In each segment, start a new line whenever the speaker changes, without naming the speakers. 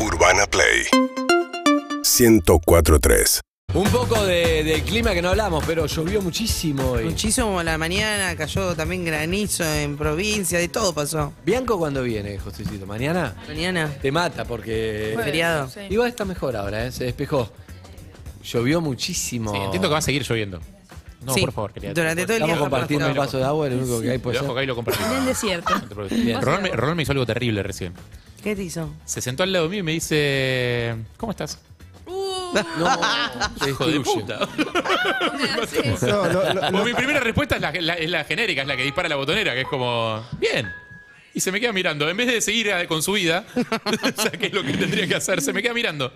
Urbana Play 104.3
Un poco de, del clima que no hablamos, pero llovió muchísimo hoy.
Muchísimo la mañana, cayó también granizo en provincia, de todo pasó.
Bianco, ¿cuándo viene, Josecito? ¿Mañana?
Mañana,
Te mata porque...
Bueno, Feriado.
sí.
Igual está mejor ahora, ¿eh? Se despejó. Llovió muchísimo.
Sí, entiendo que va a seguir lloviendo. No,
Sí,
por favor, quería.
durante todo el
Estamos
día.
compartiendo un vaso de agua, lo único que hay
Lo
por
dejo acá y lo compartimos.
En el desierto.
No te preocupes. Ronald, me, Ronald me hizo algo terrible recién.
¿Qué te hizo?
Se sentó al lado mío y me dice: ¿Cómo estás?
Uh.
No, te
Hijo de
destruye.
puta.
Hace eso.
Pues mi primera respuesta es la, la- es la genérica, es la que dispara la botonera, que es como: Bien. Y se me queda mirando. En vez de seguir a- con su vida, o sea, que es lo que tendría que hacer, se me queda mirando.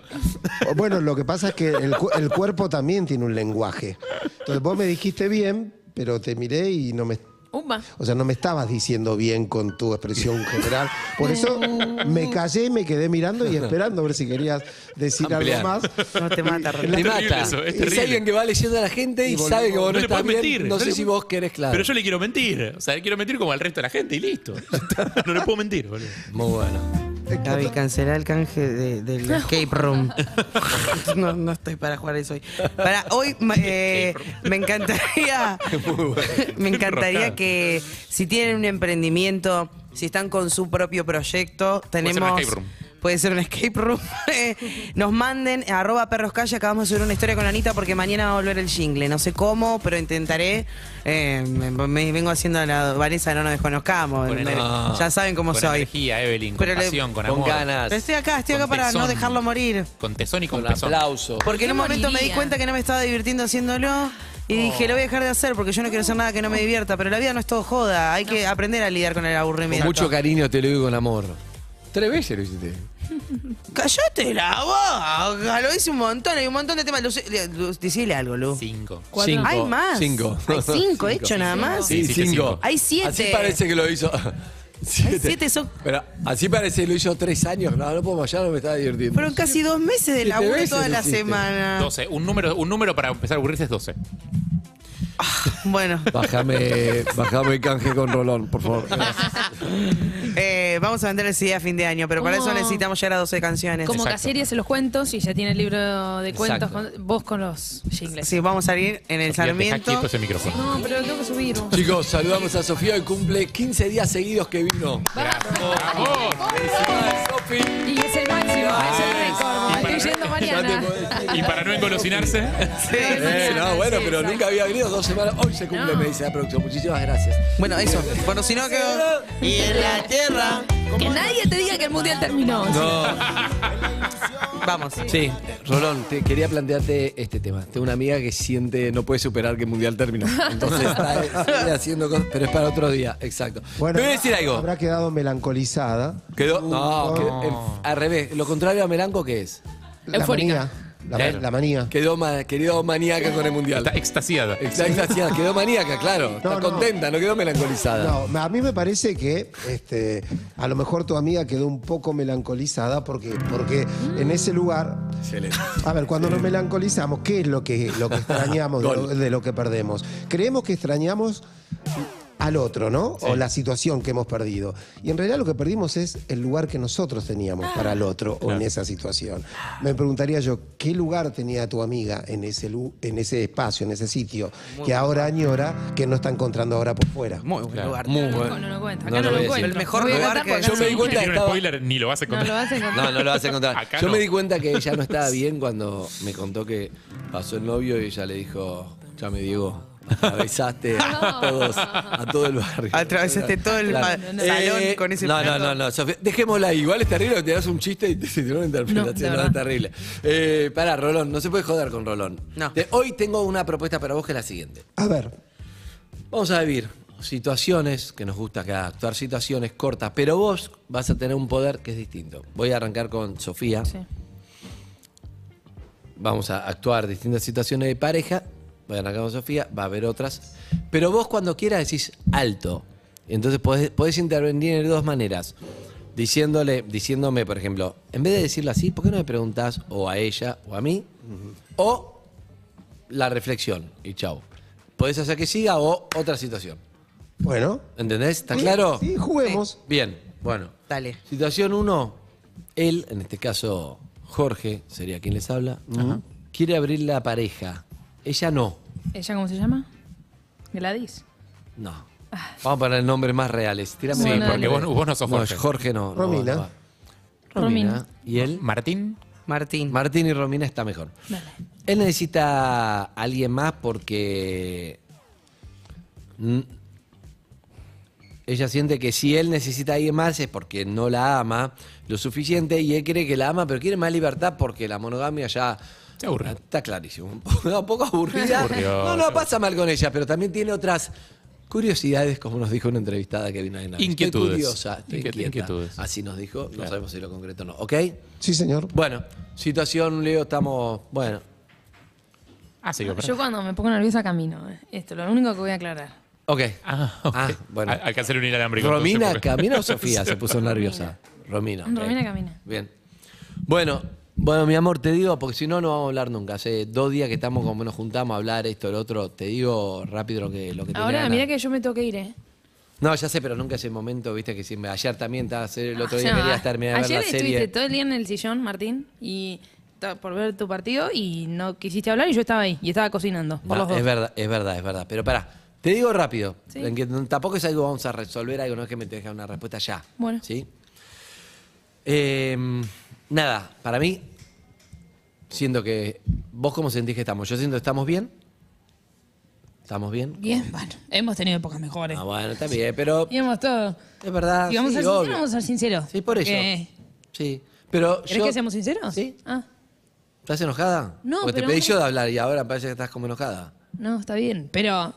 Bueno, lo que pasa es que el, cu- el cuerpo también tiene un lenguaje. Entonces vos me dijiste bien, pero te miré y no me...
Umba.
O sea, no me estabas diciendo bien con tu expresión general. Por eso me callé y me quedé mirando y esperando a ver si querías decir
Ampliar.
algo más.
No te mata, Ronald.
Te
terrible
mata.
eso, es
es
terrible.
alguien que va leyendo a la gente y,
Y volvemos.
sabe que vos no,
No le
estás
podés
bien.
mentir.
No
No
sé
le-
si vos querés, claro.
Pero yo le quiero mentir. O sea, le quiero mentir como al resto de la gente y listo. No le puedo mentir, boludo.
Muy bueno.
Gaby, cancelá el canje de- del escape room. No, no estoy para jugar eso hoy. Para hoy ma- eh, me encantaría, me encantaría que si tienen un emprendimiento, si están con su propio proyecto,
ser un
tenemos
escape room.
puede ser un escape room. Eh, Nos manden a arroba perros calle. Acabamos de subir una historia con Anita porque mañana va a volver el jingle. No sé cómo, pero intentaré. Eh, me, me vengo haciendo la Vanessa, no nos desconozcamos.
Con
Me-
ener-
ya saben cómo
Ah. con
soy.
energía, Evelyn,
Pero
con
le-
pasión, con
con
amor.
ganas.
Pero estoy acá, estoy
Con
acá para no
tesón.
dejarlo morir.
Con tesón y con,
Con
pezón.
aplauso.
Porque en un
qué
momento me di
moriría?
cuenta que no me estaba divirtiendo haciéndolo y
Oh.
dije, lo voy a dejar de hacer porque yo no quiero hacer nada que no me divierta. Pero la vida no es todo joda, hay que aprender a lidiar con el
Con
aburrimiento.
mucho cariño te lo digo y con amor. Tres veces lo hiciste.
¡Cállate la boca! Lo hice un montón, hay un montón de temas. Lu, Lu- decile algo, Lu.
Cinco.
Cuatro.
Cinco.
Hay más.
Cinco.
Hay cinco, hecho nada más.
Ah, Sí,
Sí, sí,
cinco.
cinco.
Hay siete.
Así parece que lo hizo.
Hay siete, son-
Pero así parece que lo hizo tres años. No, no puedo más, ya no me estaba divirtiendo.
Fueron casi dos meses de
Siete
laburo
veces
toda
lo
la
hiciste.
semana.
Doce. Un número, un número para empezar a aburrirse es doce.
Bueno,
Bájame, bájame el canje con Rolón, por favor.
eh, vamos a vender el CD a fin de año, pero para
¿Cómo?
eso necesitamos llegar a 12 canciones.
Como
Exacto.
Casieri hace los cuentos y ya tiene el libro de cuentos,
Exacto.
con- vos con los jingles.
Sí, vamos a salir en el
Sofía, dejá
Sarmiento.
quieto ese micrófono.
No, pero tengo que subir. un-
Chicos, saludamos a Sofía. Hoy cumple 15 días seguidos que vino.
¡Bravo!
Felicidades, Sofi.
Y es el máximo, es el récord.
Y
Estoy
para-
yendo
Ya te podés
mañana.
ir.
Y para no engolosinarse,
Sí.
Eh, no, bueno, pero
exacto.
nunca había venido dos semanas. Hoy se cumple,
No.
me dice la producción. Muchísimas gracias.
Bueno, eso. Bueno, si no quedó. Y en la tierra.
Que nadie te diga que el mundial terminó.
Vamos.
Sí, Rolón, te quería plantearte este tema. Tengo una amiga que siente, no puede superar que el mundial terminó. Entonces está eh, sigue haciendo cosas, pero es para otro día, exacto.
Bueno,
Te voy a decir algo.
Habrá quedado melancolizada.
Quedó- no, quedó- el- al revés. Lo contrario a Melanco, ¿qué es?
Eufórica.
La manía. La,
Claro.
la manía.
Quedó, ma- quedó maníaca con el mundial.
está extasiada.
Exacto, extasiada. quedó maníaca, claro. Está
No, no.
contenta, no quedó melancolizada.
No, a mí me parece que este, a lo mejor tu amiga quedó un poco melancolizada porque, porque en ese lugar
Excelente.
A ver, cuando nos melancolizamos, ¿qué es lo que, lo que extrañamos de, lo,
Gol.
de lo que perdemos? Creemos que extrañamos al otro, ¿no? O la situación que hemos perdido. Y en realidad lo que perdimos es el lugar que nosotros teníamos para el otro o en esa situación. Me preguntaría yo, ¿qué lugar tenía tu amiga en ese, lu- en ese espacio, en ese sitio, que ahora añora, que no está encontrando ahora por fuera?
Muy buen lugar.
Muy
No,
bueno.
no lo cuenta.
No
Acá no,
lo
lo
voy a decir.
encuentro.
El mejor
Voy a
lugar
contar
que-
porque
Yo
acá
me
no
di
lo
cuenta-
Tiene un
estaba-
spoiler, ni lo vas a
encuentro. No lo
encontrar.
vas a encontrar.
No, no lo vas a encontrar.
Acá
Yo
no.
me di cuenta que ella no estaba bien cuando me contó que pasó el novio y ella le dijo, ya me Diego, atravesaste a todos, a todo el barrio. eh,
Atravesaste todo el ba- salón con ese
No, no,
plato.
no, no, Sofía, dejémosla ahí. Igual es terrible que te das un chiste y te te tiró una interpretación,
No,
no,
la
es
verdad.
terrible. Eh, pará, Rolón, no se puede joder con Rolón.
No.
Te- hoy tengo una propuesta para vos que es la siguiente.
A ver,
Vamos a vivir situaciones que nos gusta acá, actuar situaciones cortas, pero vos vas a tener un poder que es distinto. Voy a arrancar con Sofía.
Sí.
Vamos a actuar distintas situaciones de pareja. Voy a arrancar con Sofía, va a haber otras. Pero vos cuando quieras decís alto. Entonces podés, podés intervenir de dos maneras. Diciéndole, diciéndome, por ejemplo, en vez de decirlo así, ¿por qué no me preguntás o a ella o a mí? O la reflexión y chau. Podés hacer que siga o otra situación.
bueno.
¿Entendés? ¿Está
Sí,
claro?
Sí, juguemos.
Bien, bueno.
Dale.
Situación 1. Él, en este caso Jorge, sería quien les habla, quiere abrir la pareja. Ella no.
¿Ella cómo se llama? Gladys.
No. Vamos a poner nombres más reales. Tírame
Sí,
un nombre.
porque vos no- vos no sos Jorge.
No, Jorge no. no,
Romina.
no va. Romina. ¿Y él?
Martín.
Martín.
Martín y Romina está mejor.
Dale.
Él necesita a alguien más porque mm, ella siente que si él necesita a alguien más es porque no la ama lo suficiente y él cree que la ama, pero quiere más libertad porque la monogamia ya
Se aburre.
está clarísimo. Un poco, un poco aburrida.
aburrió,
no, no pasa mal con ella, pero también tiene otras curiosidades, como nos dijo una entrevistada que vino en
Inquietudes.
Estoy curiosa, estoy
Inquiet-
inquieta.
inquietudes.
Así nos dijo, no sabemos si lo concreto o no. ¿Ok?
Sí, señor.
Bueno, situación, Leo, estamos. Bueno,
Ah, sí,
Yo cuando me pongo nerviosa camino. eh. Esto, lo único que voy a aclarar.
ok.
Ah, ok.
Ah, bueno.
Al- Alcancé un inalámbrico.
¿Romina
entonces, porque-
camina o Sofía se puso nerviosa? Romina. ok.
Romina camina.
Bien. Bueno, bueno, mi amor, te digo, porque si no, no vamos a hablar nunca. Hace dos días que estamos como nos juntamos a hablar esto, lo otro. Te digo rápido lo que, lo que tenía
Ahora,
ganas.
mira que yo me tengo que ir, ¿eh?
No, ya sé, pero nunca ese momento, viste, que siempre. Ayer también estaba. El otro día
No,
querías terminar de ver
Ah, Ayer
la serie.
estuviste todo el día en el sillón, Martín, y to- por ver tu partido y no quisiste hablar y yo estaba ahí y estaba cocinando por
No,
los dos.
es verdad, es verdad, es verdad. Pero pará, te digo rápido.
Sí.
en que tampoco es algo vamos a resolver, algo no es que me te deja una respuesta ya.
Bueno.
¿Sí? Eh, nada, para mí, siento que. ¿Vos cómo sentís que estamos? Yo siento que estamos bien. ¿Estamos bien?
Bien, bueno, hemos tenido épocas mejores.
Ah, bueno, está bien, pero
Y hemos todo.
es verdad.
Si vamos
sí,
a ser sinceros,
obvio.
vamos a ser sinceros.
Sí, por eso.
Porque-
Sí. Pero
¿Querés
yo-
que seamos sinceros?
Sí.
Ah,
¿Estás enojada?
No,
Porque te
pero-
pedí yo de hablar y ahora parece que estás como enojada.
no, está bien. Pero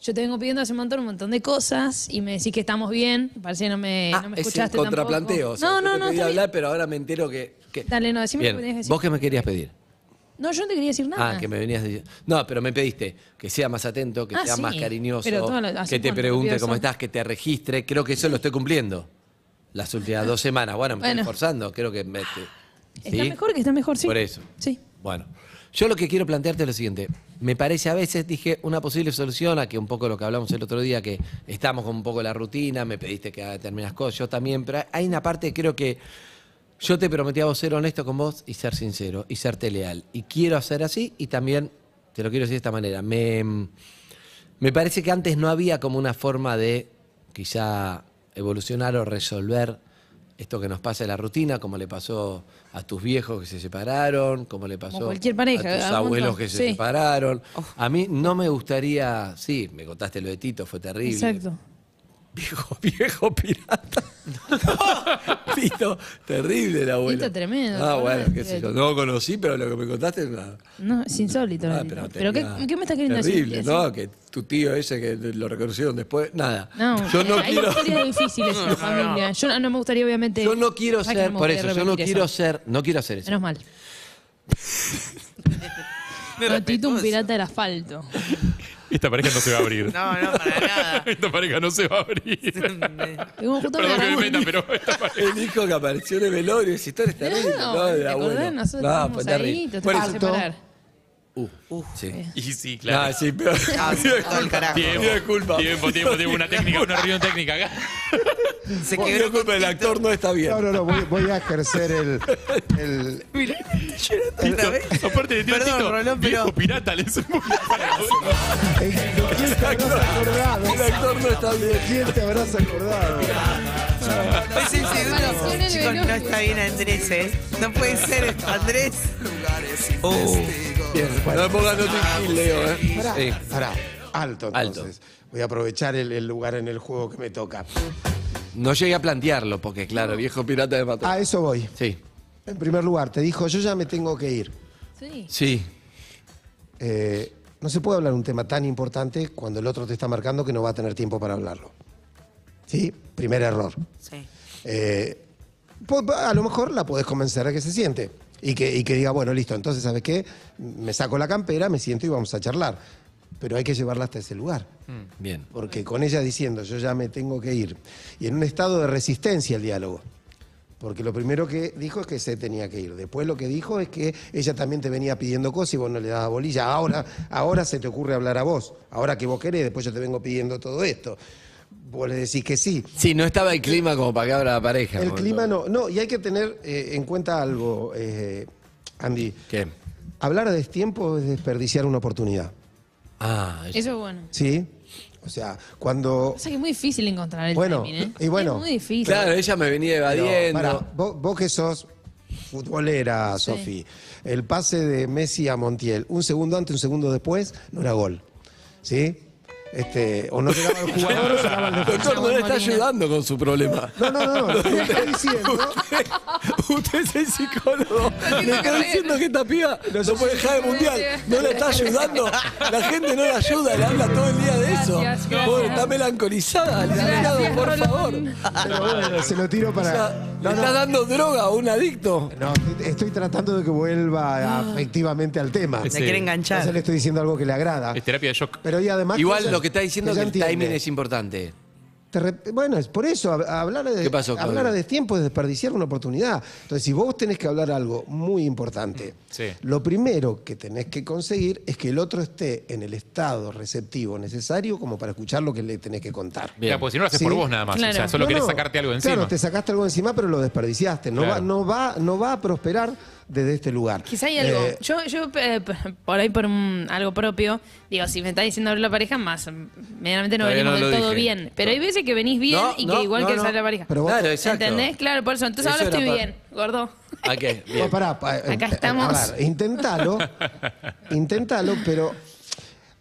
yo te vengo pidiendo hace un montón un montón de cosas y me decís que estamos bien. Parece que no me,
Ah,
Eh, no me
es el
escuchaste.
contraplanteo.
tampoco.
o sea, yo
no, no,
te
no.
pedí
está bien.
hablar, pero ahora me entero que. que-
Dale, no, decime lo
Bien,
que tenías que decir.
¿Vos qué me querías pedir?
No, yo no te quería decir nada.
Ah, que me venías diciendo. No, pero me pediste que sea más atento, que
Ah,
sea
sí,
más cariñoso,
pero todo lo- hace
que te
cuánto,
pregunte
nervioso.
cómo estás, que te registre. Creo que eso lo estoy cumpliendo. Las últimas dos semanas. Bueno, me estoy
Ah. Bueno.
esforzando. Creo que me. te-
Está
¿sí?
mejor que está mejor, sí.
Por eso.
Sí.
Bueno, yo lo que quiero plantearte es lo siguiente. Me parece a veces, dije, una posible solución a que un poco lo que hablamos el otro día, que estamos con un poco la rutina, me pediste que haga determinadas cosas, yo también, pero hay una parte, creo que yo te prometí a vos ser honesto con vos y ser sincero y serte leal. Y quiero hacer así y también, te lo quiero decir de esta manera, me, me parece que antes no había como una forma de quizá evolucionar o resolver esto que nos pasa en la rutina, como le pasó a tus viejos que se separaron, como le pasó
cualquier pareja,
a tus
a un
abuelos
montón,
que se
sí.
separaron. A mí no me gustaría, sí, me contaste lo de Tito, fue terrible.
Exacto.
Viejo, viejo pirata. Tito, terrible el abuelo.
Tito tremendo,
Ah,
¿te
bueno,
acordás?
qué sé yo. No lo conocí, pero lo que me contaste es una...
No, es insólito.
Ah,
Lolita.
pero
pero
tenía-
¿qué, qué me estás queriendo
terrible,
decir?
¿no? Que tu tío ese que lo reconocieron después, nada.
No,
yo no
hay
quiero,
historias difíciles en la familia. Yo no, no me gustaría, obviamente.
yo no quiero
Ay, que
ser,
me
por eso,
gustaría
yo no
repetir
quiero ser, no quiero hacer eso.
Menos mal. No, Tito, un pirata del asfalto.
Esta pareja no se va a abrir.
No, no, para nada.
Esta pareja no se va a abrir.
Y vos justo me
Perdón que
agarrás-
me meta, pero esta pareja.
El hijo que apareció en el velorio, esa historia es terrible,
No,
¿no?
¿te
El abuelo.
acordás? Nosotros
No,
estábamos
fue
ahí,
terrible.
te
Por
tuvimos que
eso-
separar.
Uh, sí.
Y sí,
Ah,
claro.
sí, pero...
Ah, sí, todo el carajo.
Tiempo,
Pido disculpas.
tiempo, tiempo, tiempo. Una técnica, una reunión técnica acá.
Se
Por
quebró.
culpa del actor no está bien.
No, no, no, voy, voy a ejercer el, el-
Otra vez.
Aparte de tío
Perdón,
Tito,
Rolón, pero-
viejo pirata, le hizo un-
el- ¿Quién te habrás acordado?
El actor no está bien.
¿Quién te habrás acordado?
Es el segundo.
Aparición en el
Chicos, no
velorio.
está bien Andrés, ¿eh? No puede ser, Andrés. Oh.
Bien, No me pongas noticia, Leo, ¿eh?
Pará,
Sí.
pará, alto entonces. Voy a aprovechar el, el lugar en el juego que me toca.
No llegué a plantearlo, porque claro, viejo pirata de mató.
A eso voy.
Sí,
En primer lugar, te dijo, yo ya me tengo que ir.
Sí.
sí.
Eh, no se puede hablar un tema tan importante cuando el otro te está marcando que no va a tener tiempo para hablarlo. ¿Sí? Primer error.
Sí.
Eh, po- po- a lo mejor la podés convencer a que se siente y que, y que diga, bueno, listo, entonces, ¿sabes qué? Me saco la campera, me siento y vamos a charlar. Pero hay que llevarla hasta ese lugar.
Bien.
Porque con ella diciendo, yo ya me tengo que ir, y en un estado de resistencia al diálogo. Porque lo primero que dijo es que se tenía que ir. Después lo que dijo es que ella también te venía pidiendo cosas y vos no le dabas bolilla. Ahora, ahora se te ocurre hablar a vos. Ahora que vos querés, después yo te vengo pidiendo todo esto. Vos- vos le decís que sí.
Sí, no estaba el clima como para que abra la pareja.
El
¿no?
clima no. No, y hay que tener eh, en cuenta algo, eh, Andy.
¿Qué?
Hablar a destiempo es desperdiciar una oportunidad.
Ah,
Eso es bueno.
¿Sí? O sea, cuando.
O sea que es muy difícil encontrar el
Bueno,
timing, ¿eh?
y bueno.
Es muy difícil.
claro, ella me venía
Pero,
evadiendo.
pará, vos, vos que sos futbolera, Sofi, el pase de Messi a Montiel, un segundo antes, un segundo después, no era gol. ¿Sí? Este, o no llegaba el jugador o llegaba el defensor.
Doctor, no le está ayudando con su problema.
No, no, no, lo que te estoy diciendo.
Usted es el psicólogo. Le
tiene que
está
ver.
diciendo que esta piba no puede dejar el mundial. No la está ayudando. La gente no la ayuda, le habla todo el día de eso.
Gracias, gracias.
Pobre, está melancolizada. Leonardo, por favor.
Pero bueno, se lo tiro
O sea,
para.
le está dando droga a un adicto.
No, estoy tratando de que vuelva afectivamente al tema.
Es-
Se
Sí.
quiere
Entonces le
enganchar.
estoy diciendo algo que le agrada.
Es terapia de shock.
Pero y además.
Este, Igual
ella-
lo que está diciendo es
ella
que el timing
entiende.
es importante.
Te re- bueno, es por eso, a- hablar, de,
¿Qué pasó, Claudio?
hablar a destiempo es desperdiciar una oportunidad. Entonces, si vos tenés que hablar algo muy importante,
Sí.
lo primero que tenés que conseguir es que el otro esté en el estado receptivo necesario como para escuchar lo que le tenés que contar.
Bien.
Ya, porque si no lo haces
Sí.
por vos nada más. O sea,
Claro.
solo
No,
querés
no,
sacarte algo de encima.
Claro, te sacaste algo encima, pero lo desperdiciaste. No, va,
Claro.
no, va, no va a prosperar desde este lugar.
Quizá hay algo.
Eh,
yo, yo eh, p- por ahí, por un- algo propio, digo, si me está diciendo abrir la pareja, más. mm, Medianamente no
Todavía
venimos
no lo
del todo
dije.
bien. Pero hay veces que venís bien
No,
y que
no,
igual
no,
que
no.
sale la pareja.
Pero vos-
Claro, exacto.
¿Entendés? Claro, por eso. Entonces
Eso
ahora
era
estoy
pa-
bien, gordo.
¿A qué?
No,
Bien.
pará, pa- eh,
Acá
eh,
estamos.
A ver, intentalo, intentalo, pero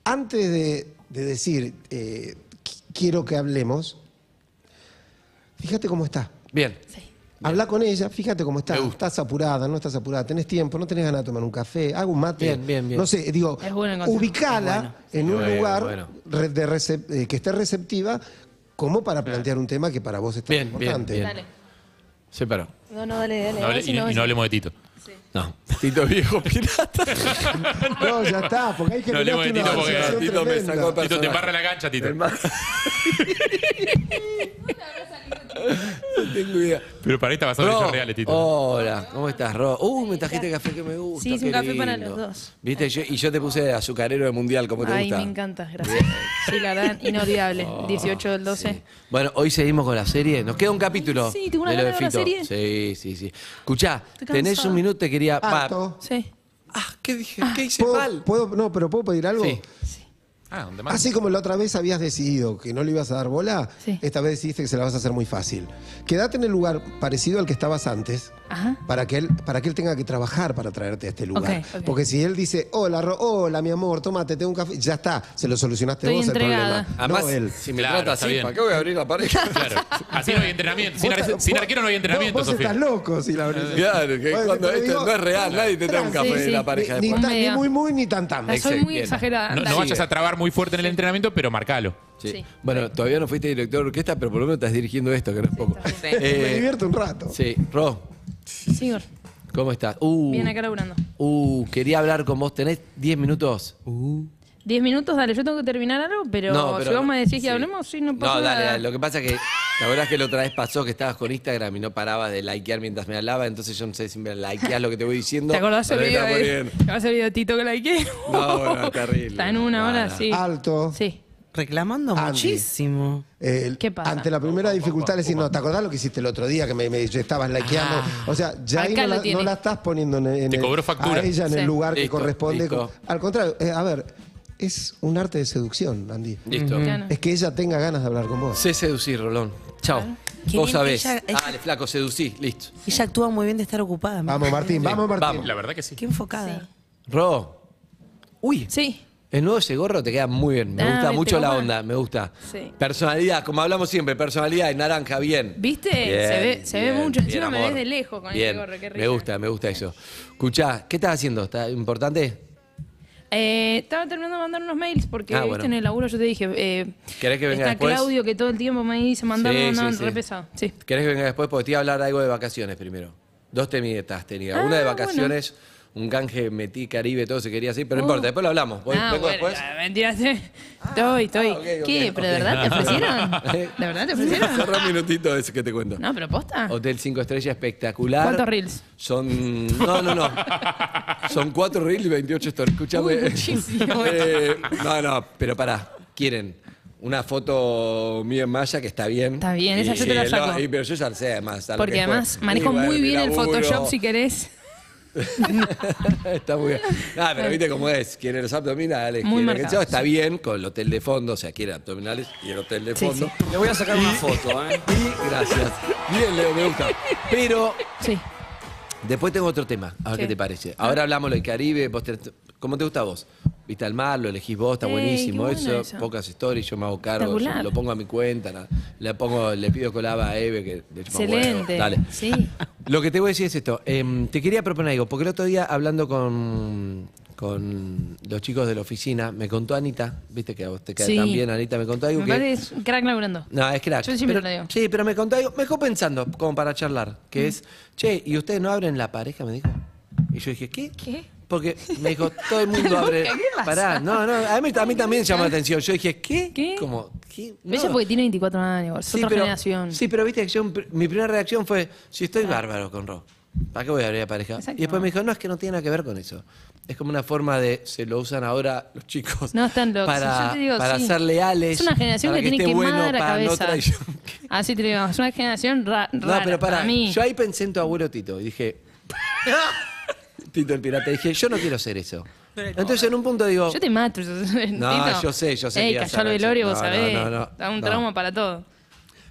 antes de, de decir eh, qui- quiero que hablemos, fíjate cómo está.
Bien.
Habla con ella, fíjate cómo está.
Me gusta.
Estás apurada, no estás apurada, tenés tiempo, no tenés ganas de tomar un café, hago un mate.
Bien, bien, bien.
No sé, digo,
Es bueno el consejo,
ubicala en un
Bueno,
lugar
bueno.
re- de recep- eh, que esté receptiva como para plantear un tema que para vos es tan
Bien, bien,
importante.
bien.
Dale.
Se paró.
No, no, dale, dale.
No hable-
dale, si
y, no-
no,
y no hablemos de Tito.
No. Tito viejo pirata.
No, ya está, porque hay que
No hablemos de Tito porque
asociación
Tito me
tremenda.
sacó
Tito te
personaje.
embarra la cancha, Tito.
El más- No tengo idea.
Pero para esta vas a ser
Ro,
hechos reales, Tito.
Oh. Hola, ¿cómo estás, Ro? Uh, me trajiste café que me gusta.
Sí, hice
qué
un café
lindo.
para los dos.
¿Viste? Yo- y yo te puse azucarero de mundial, como te
Ay,
gusta.
me encanta, gracias. Sí, la verdad, inolvidable. 18 del 12.
Sí. Bueno, hoy seguimos con la serie. Nos queda un capítulo.
Sí, tengo una
de lo
gana de ver
Fito.
la
Sí, sí, sí. Escuchá,
Estoy
tenés
cansada.
un minuto, te quería. pa-
Harto.
Sí.
Ah, ¿qué dije? ¿Qué hice
¿Puedo,
mal?
puedo- no, pero ¿puedo pedir algo?
Sí.
Ah, ¿dónde más?
Así como la otra vez habías decidido que no le ibas a dar bola,
Sí.
esta vez decidiste que se la vas a hacer muy fácil. Quédate en el lugar parecido al que estabas antes.
Ajá.
Para que, él, para que él tenga que trabajar para traerte a este lugar.
Ok, ok.
Porque si él dice, hola, Ro- hola, mi amor, tómate, tengo un café, ya está, se lo solucionaste
Estoy
vos
entregada.
el problema.
Además,
no él.
si me
Claro,
trata
está
así,
bien.
¿para qué voy a abrir la pareja?
Claro. Así no hay entrenamiento. Sin,
Vos
ar-
estás-
sin
vos-
arquero no hay entrenamiento,
Vos, vos
Sofía.
estás loco si la abrís.
Claro, que
Bueno,
cuando
te lo
esto
digo,
no es real, nadie te trae un café
Ah, Sí,
de
sí.
la pareja
Ni,
después.
ni tan- ni
Media.
muy, muy, ni tan, tan.
Ah, Soy muy
Bien.
exagerada.
No, no
Dale.
vayas a trabar muy fuerte en el entrenamiento, pero marcalo.
Sí.
Sí.
Bueno, todavía no fuiste director de orquesta, pero por lo menos estás dirigiendo esto, que no es poco.
Me
Eh,
divierto un rato.
sí, Ro,
Sí, Igor.
¿cómo estás? Uh,
Bien acá laburando.
uh, quería hablar con vos. ¿Tenés 10 minutos?
10 minutos, dale, yo tengo que terminar algo, pero, si vos me decís que hablemos, sí, no pasa
No, dale,
nada.
dale. Lo que pasa es que la verdad es que la otra vez pasó que estabas con Instagram y no parabas de likear mientras me hablaba, entonces yo no sé si me likeás lo que te voy diciendo.
¿Te acordás
o
el
lo que
video,
estaba
de,
poniendo.
¿Te acordás el video de Tito que la
No, bueno, terrible.
Está en una
No,
hora,
no.
sí.
Alto.
Sí.
Reclamando
Andy.
muchísimo.
Eh,
¿Qué pasa?
Ante la primera dificultad, le decís, no, ¿te acordás lo que hiciste el otro día que me, me estabas laqueando? o sea, ya ahí
Ah. Acá
no
lo
la,
tiene.
no la estás poniendo en, en
Te
el-
cobró factura.
a ella en
Sí.
el lugar que
Listo,
corresponde.
listo.
con- al contrario, eh, a ver, es un arte de seducción, Andy.
Listo.
Claro.
Mm. Es que ella tenga ganas de hablar con vos.
Sé seducir, Rolón. Chao.
Qué
Vos
bien
sabés.
que ella- ella-
Dale, flaco, seducí. Listo.
Ella actúa muy bien de estar ocupada.
Vamos, Martín, vamos, Martín.
vamos.
La verdad que sí.
Qué enfocada.
Ro. Uy.
Sí.
El nuevo ese gorro te queda muy bien. Me
Ah,
gusta
¿viste
mucho la
cómo?
onda, me gusta.
Sí.
Personalidad, como hablamos siempre, personalidad y naranja, bien.
¿Viste?
Bien,
Se ve- se ve mucho. Encima me ves de lejos con ese
Bien.
gorro,
Me
qué rica.
gusta, me gusta eso. Escuchá, ¿qué estás haciendo? ¿Está importante?
Eh, estaba terminando de mandar unos mails porque
Ah,
viste,
bueno.
en el laburo yo te dije. Eh,
¿Querés que venga
está
después?
Claudio que todo el tiempo me dice mandar,
Sí,
mandar,
sí, sí.
re pesado. Sí.
¿Querés que venga después? Porque te iba a hablar algo de vacaciones primero. Dos temitas tenía. Una de
Ah, bueno.
vacaciones, un canje, metí Caribe, todo se quería así, pero no
Oh.
importa, después lo hablamos. Voy-
ah,
vengo
bueno,
después.
ah, mentira, sí. Estoy, estoy.
Ah, ok, ok,
¿Qué? ¿Pero de
ok.
verdad te ofrecieron? ¿De verdad te ofrecieron?
Cerrá un minutito ese que te cuento.
No, pero posta.
Hotel 5 estrellas espectacular.
¿Cuántos reels?
Son. No, no, no. Son 4 reels y 28 stories. Escuchame.
Uy, muchísimo.
Eh, no, no, pero pará. Quieren. una foto mía en malla que está bien.
Está bien,
Y-
esa yo te
y
la
el-
saco.
y- pero yo ya sé además. a lo
Porque
que fue.
además manejo
Lugar,
muy
mi
bien el
laburo.
Photoshop si querés.
está muy bien. Ah, pero viste cómo es. Quiere los abdominales.
Muy
quiere-
marcado,
Está bien con el hotel de fondo, o sea, quiere abdominales y el hotel de
Sí,
fondo.
Le voy a sacar una foto, ¿eh?
Y gracias. Bien, Leo, me gusta. Pero
Sí.
después tengo otro tema. A ver
¿Qué?
qué, te parece. Ahora hablamos lo del Caribe. Vos tenés- ¿Cómo te gusta a vos? Viste al mar, lo elegís vos, está
Ey,
buenísimo
qué
eso,
bueno eso.
Pocas stories, yo me hago cargo.
Espectacular.
yo lo pongo a mi cuenta. na- Le, pongo, le pido colaba a Eve, que le chupa un huevo.
Excelente.
Dale.
Sí.
Lo que te voy a decir es esto. em, te quería proponer algo, porque el otro día hablando con, con los chicos de la oficina, me contó Anita, viste que a vos te queda
Sí.
tan bien, Anita, me contó algo
Me
que.
parece que es un crack laburando.
No, es crack.
Yo siempre
pero,
lo digo.
Sí, pero me contó algo, me dejó pensando, como para charlar, que es, che, ¿y ustedes no abren la pareja? Me dijo. Y yo dije, ¿qué?
¿Qué?
Porque me dijo, todo el mundo abre.
¿Qué pasa?
Pará, no, no, a mí, a mí también llama la atención. Yo dije, ¿qué?
¿Qué?
Como, ¿qué? No.
Ella porque tiene 24 años, es otra
pero,
generación.
Sí, pero viste que yo, mi primera reacción fue, si estoy bárbaro con Ro, ¿para qué voy a abrir la pareja?
Exacto.
Y después me dijo, no, es que no tiene nada que ver con eso. Es como una forma de, se lo usan ahora los chicos.
No están locos.
Para,
yo te digo,
para
sí.
ser leales.
Es una generación
para
que, tiene
esté
quemada
bueno,
la
para no
cabeza.
traer-
Así te lo digo, es una generación ra-
No,
rara
pero para,
para mí.
yo ahí pensé en tu abuelo Tito y dije, Tito el pirata, y dije, yo no quiero ser eso. Entonces en un punto digo,
Yo te mato. yo- Tito.
yo sé, yo sé
Ey,
que ibas
cayó al
a-
velorio, vos
No, no,
sabés.
no, no,
da un
no.
trauma para todo.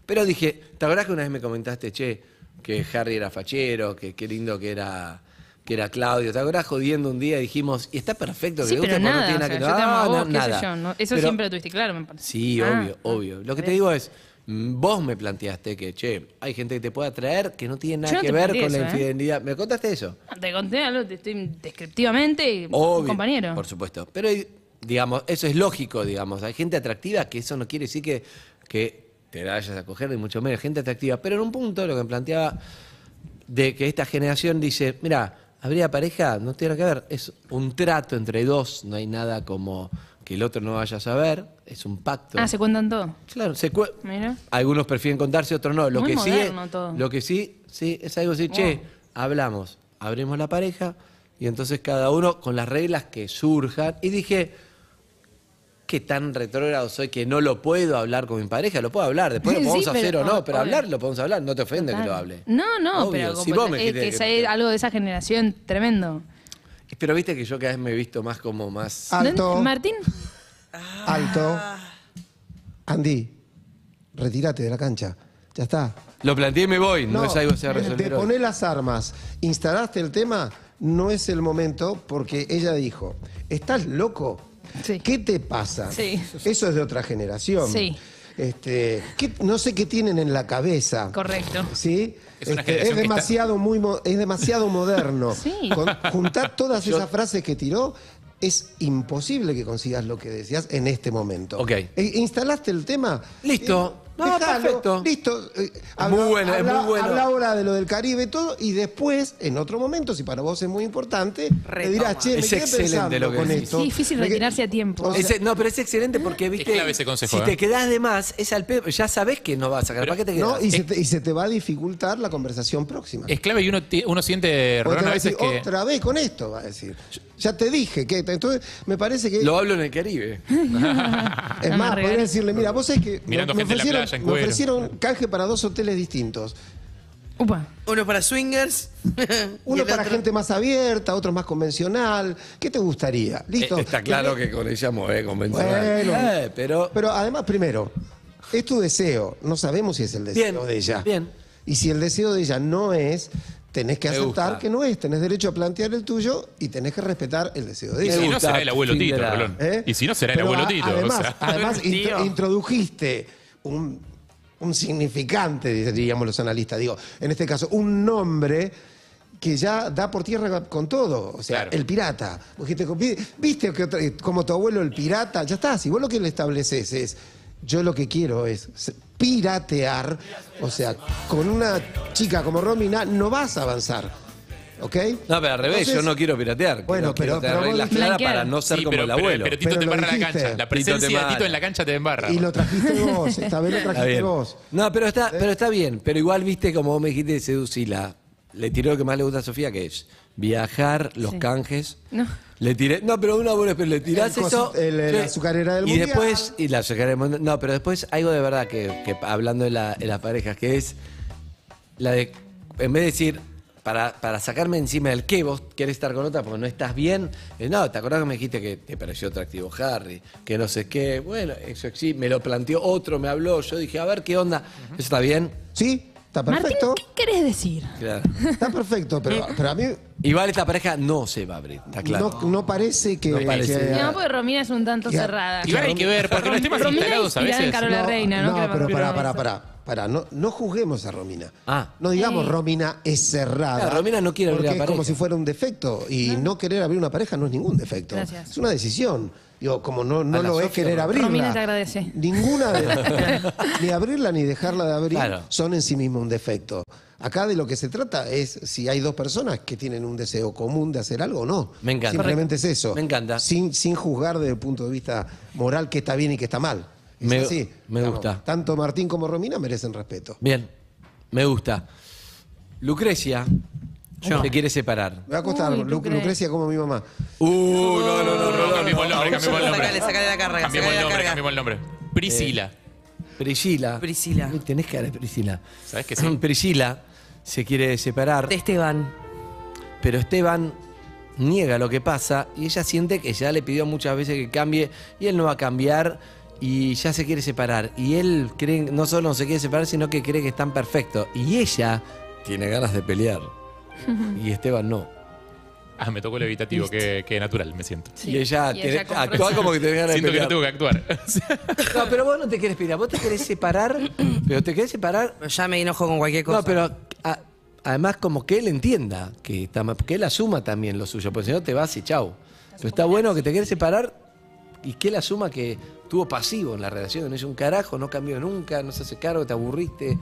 Pero dije, ¿te acordás que una vez me comentaste, che, que Harry era fachero, que qué lindo que era que era Claudio? ¿Te acordás jodiendo un día dijimos, y está perfecto que
Sí,
le guste
pero
porque
nada.
no tiene
o sea,
nada que
yo te amo a
No,
vos,
no,
qué
nada.
sé yo. ¿no? Eso
Pero-
siempre lo tuviste claro, me parece.
Sí,
Ah,
obvio, obvio. Lo que te digo es, mm, vos me planteaste que, che, hay gente que te puede atraer que no tiene
Yo
nada
no
que
te
ver
planteé
con la
eso, ¿eh?
infidelidad. ¿Me contaste eso?
Te conté algo, te estoy descriptivamente, y-
Obvio.
un compañero.
Por supuesto. Pero, eh, digamos, eso es lógico, digamos. Hay gente atractiva que eso no quiere decir que, que te la vayas a coger, ni mucho menos. Gente atractiva. Pero en un punto, lo que me planteaba de que esta generación dice, mira, habría pareja, no tiene nada que ver, es un trato entre dos, no hay nada como que el otro no vaya a saber, es un pacto.
Ah, se cuentan todo.
Claro, se cue-
Mira.
algunos prefieren contarse, otros no. Lo
Muy
que sí es,
moderno todo.
lo que sí, sí, es algo así, che, hablamos, abrimos la pareja y entonces cada uno con las reglas que surjan. Y dije, qué tan retrógrado soy que no lo puedo hablar con mi pareja, lo puedo hablar, después
Sí,
lo podemos
pero-
hacer o no, pero
obvio.
hablar lo podemos hablar, no te ofende que lo hable.
No, no,
Obvio,
pero
si
como-
vos me
es que
dijiste
es
que-
algo de esa generación tremendo.
Pero viste que yo cada vez me he visto más como más...
Alto.
¿No? Martín,
Alto. Andy, retírate de la cancha. Ya está.
Lo planteé y me voy, no,
No,
es algo que se va a
de-
resolver
De
hoy.
poner las armas, instalaste el tema, no es el momento porque ella dijo, ¿estás loco?
Sí.
¿Qué te pasa?
Sí.
Eso es de otra generación.
Sí.
Este, ¿qué- no sé qué tienen en la cabeza.
correcto.
¿Sí?
Es una
Este,
generación
es
que
demasiado muy mo- es demasiado moderno.
Sí.
Con- juntar todas esas frases que tiró es imposible que consigas lo que decías en este momento.
Ok.
E- instalaste el tema.
Listo.
Eh,
No, perfecto.
Listo. Eh,
muy bueno, es muy bueno.
habla ahora de lo del Caribe y todo y después en otro momento si para vos es muy importante, le
Retoma.
dirás, "Che, me
Es
quedé
excelente
pensando
lo que
con
decís.
esto."
Sí, difícil
Me quedé-
retirarse a tiempo.
O sea,
Ese- no, pero es excelente porque viste.
clave ese consejo,
si
¿eh?
te quedás de más, es al pedo. Ya sabés que no vas a sacar. ¿Para qué te quedás?
¿no? y, se te, y se te va a dificultar la conversación próxima.
Es clave y uno, ti- uno siente, Rolón,
Porque "Oh, te
a
va a
veces
decir,
que...
Otra vez con esto, va a decir. Ya te dije que. Entonces, me parece que.
Lo hablo en el Caribe.
no
es
me
más, podría
regalé.
decirle, mira, vos sabés que. Me,
Mirando
me
gente en la
ofrecieron,
playa, en
me
cuero.
ofrecieron canje para dos hoteles distintos.
Upa.
Uno para swingers. y
Uno
el
para
otro-
gente más abierta, otro más convencional. ¿Qué te
Eh,
gustaría? Listo.
Eh, Está claro que con ella mueve convencional.
Bueno.
Eh, pero.
Pero además, primero, es tu deseo. No sabemos si es el deseo
Bien,
de ella.
bien.
Y si el deseo de ella no es, tenés que
Me
aceptar
gusta.
que no es. Tenés derecho a plantear el tuyo y tenés que respetar el deseo de
Y
ella.
si no
gusta,
será el abuelo Tito,
Cinderella.
Rolón.
¿Eh?
Y si no será el
Pero
abuelo
a-
Tito.
Además,
o sea.
además
Tío.
intro- introdujiste un, un significante, diríamos los analistas, digo, en este caso, un nombre que ya da por tierra con todo, o sea,
Claro.
el pirata. Vos dijiste, vi- Viste que otra- como tu abuelo el pirata, ya está, si vos lo que le estableces es, yo lo que quiero es se- piratear, o sea, con una chica como Romina no vas a avanzar, ¿ok?
No, pero al revés, yo
Entonces-
no quiero piratear.
Bueno,
Quiero- quiero
pero-
tener
pero vos
reglas
dijiste-
claras
Blanquear.
para no ser
Sí,
como
pero-
el
pero-
abuelo.
Pero Tito
Pero
te
lo
embarra la
dijiste.
cancha. La
te
presencia de
embarra.
Tito en la cancha te embarra.
Y lo trajiste vos, esta vez lo
Está
trajiste
bien.
vos. Eh.
No, pero está, pero está bien. Pero igual viste como vos me dijiste seducila. Le tiré lo que más le gusta a Sofía, que es viajar, los
Sí.
canjes.
No.
Le tiré, no, pero una buena, pero le tirás
El
eso.
coso- el- el
Sí.
azucarera del
y
mundial.
Después, y la azucarera del mundial. No, pero después algo de verdad que, que hablando de, la- de las parejas, que es la de, en vez de decir, para, para sacarme encima del que vos querés estar con otra porque no estás bien, eh, no, ¿te acordás que me dijiste que te pareció atractivo Harry? Que no sé qué, bueno, eso sí, me lo planteó otro, me habló, yo dije, a ver qué onda, ¿eso está bien?
Sí, está
Martín,
perfecto.
¿qué querés decir?
Claro.
Está perfecto, pero, pero a mí
Igual esta pareja no se va a abrir, está claro.
no, no parece que.
No parece.
que-
No, porque Romina es un tanto
Ya.
cerrada.
Igual hay que ver, porque los temas
Romina
instalados a
inspirada en
veces.
Carola Reina, ¿no? Que la
pero
marcó
pará,
una
pará,
vez.
pará. pará. No, no juzguemos a Romina.
Ah.
No digamos
Sí.
Romina es cerrada.
Claro, Romina no quiere abrir
porque
la
es
pareja.
como si fuera un defecto. Y no. querer abrir una pareja no es ningún defecto.
Gracias.
Es una decisión. Digo, como no,
A
no
la
lo es
Sofía,
querer
Romina.
abrirla.
Romina te agradece.
Ninguna de Ni abrirla ni dejarla de abrir
Claro.
son en sí mismo un defecto. Acá de lo que se trata es si hay dos personas que tienen un deseo común de hacer algo o no.
Me encanta.
Simplemente es eso.
Me encanta.
Sin, sin juzgar desde el punto de vista moral qué está bien y qué está mal. Es
Me-
así.
me gusta.
Tanto Martín como Romina merecen respeto.
Bien, me gusta. Lucrecia se quiere separar.
Me va a costar
Uy,
Lu-
Lucre.
Lucrecia como mi mamá.
Uh, no, no, no, no,
No,
no,
cambiemos el nombre, cambiemos el nombre.
Sacale, sacale la carga, sacale
Cambiemos el
la
nombre,
carga.
cambiemos el nombre. Priscila.
Priscila.
Priscila.
Uy, Tenés cara de Priscila.
¿Sabés que sí?
Priscila se quiere separar,
De Esteban.
pero Esteban niega lo que pasa y ella siente que ya le pidió muchas veces que cambie y él no va a cambiar y ya se quiere separar. Y él cree, no solo no se quiere separar, sino que cree que están perfectos. Y ella tiene ganas de pelear. Y Esteban no.
Ah, me tocó el evitativo, que, que natural me siento.
Sí.
Y ella,
Y
tiene-
ella compró
actúa
esa-
como que tiene ganas de
Siento que
pelear.
no tengo que actuar.
No, pero vos no te querés pelear, vos te querés separar, pero te querés separar.
Ya me enojo con cualquier cosa.
No, pero a- además como que él entienda que está mal, que él asuma también lo suyo, porque si no te vas y chau. Pero está bueno que te querés separar y que él asuma que estuvo pasivo en la relación, no hizo un carajo, no cambió nunca, no se hace cargo, te aburriste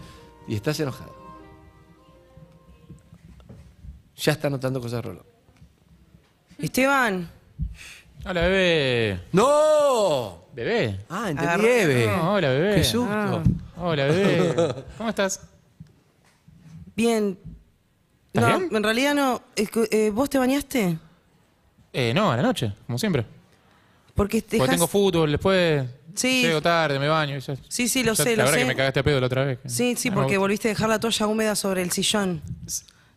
y estás enojado. Ya está notando cosas Rolo.
Esteban.
Hola, bebé.
¡No!
Bebé.
Ah, entendí,
Agarré-
Eve.
No, hola, bebé.
Qué susto.
Ah.
Hola, bebé. ¿Cómo estás?
Bien. No,
¿Estás bien?
en realidad no. Es que, eh, ¿Vos te bañaste?
Eh, no, a la noche, como siempre.
Porque te
Porque tengo fútbol, después
Sí.
llego tarde, me baño. y ya-
Sí, sí, lo
ya
sé,
La
lo
verdad
sé.
que me cagaste a pedo la otra vez.
Sí, sí,
Ah, No me
porque
gusta.
volviste a dejar la toalla húmeda sobre el sillón.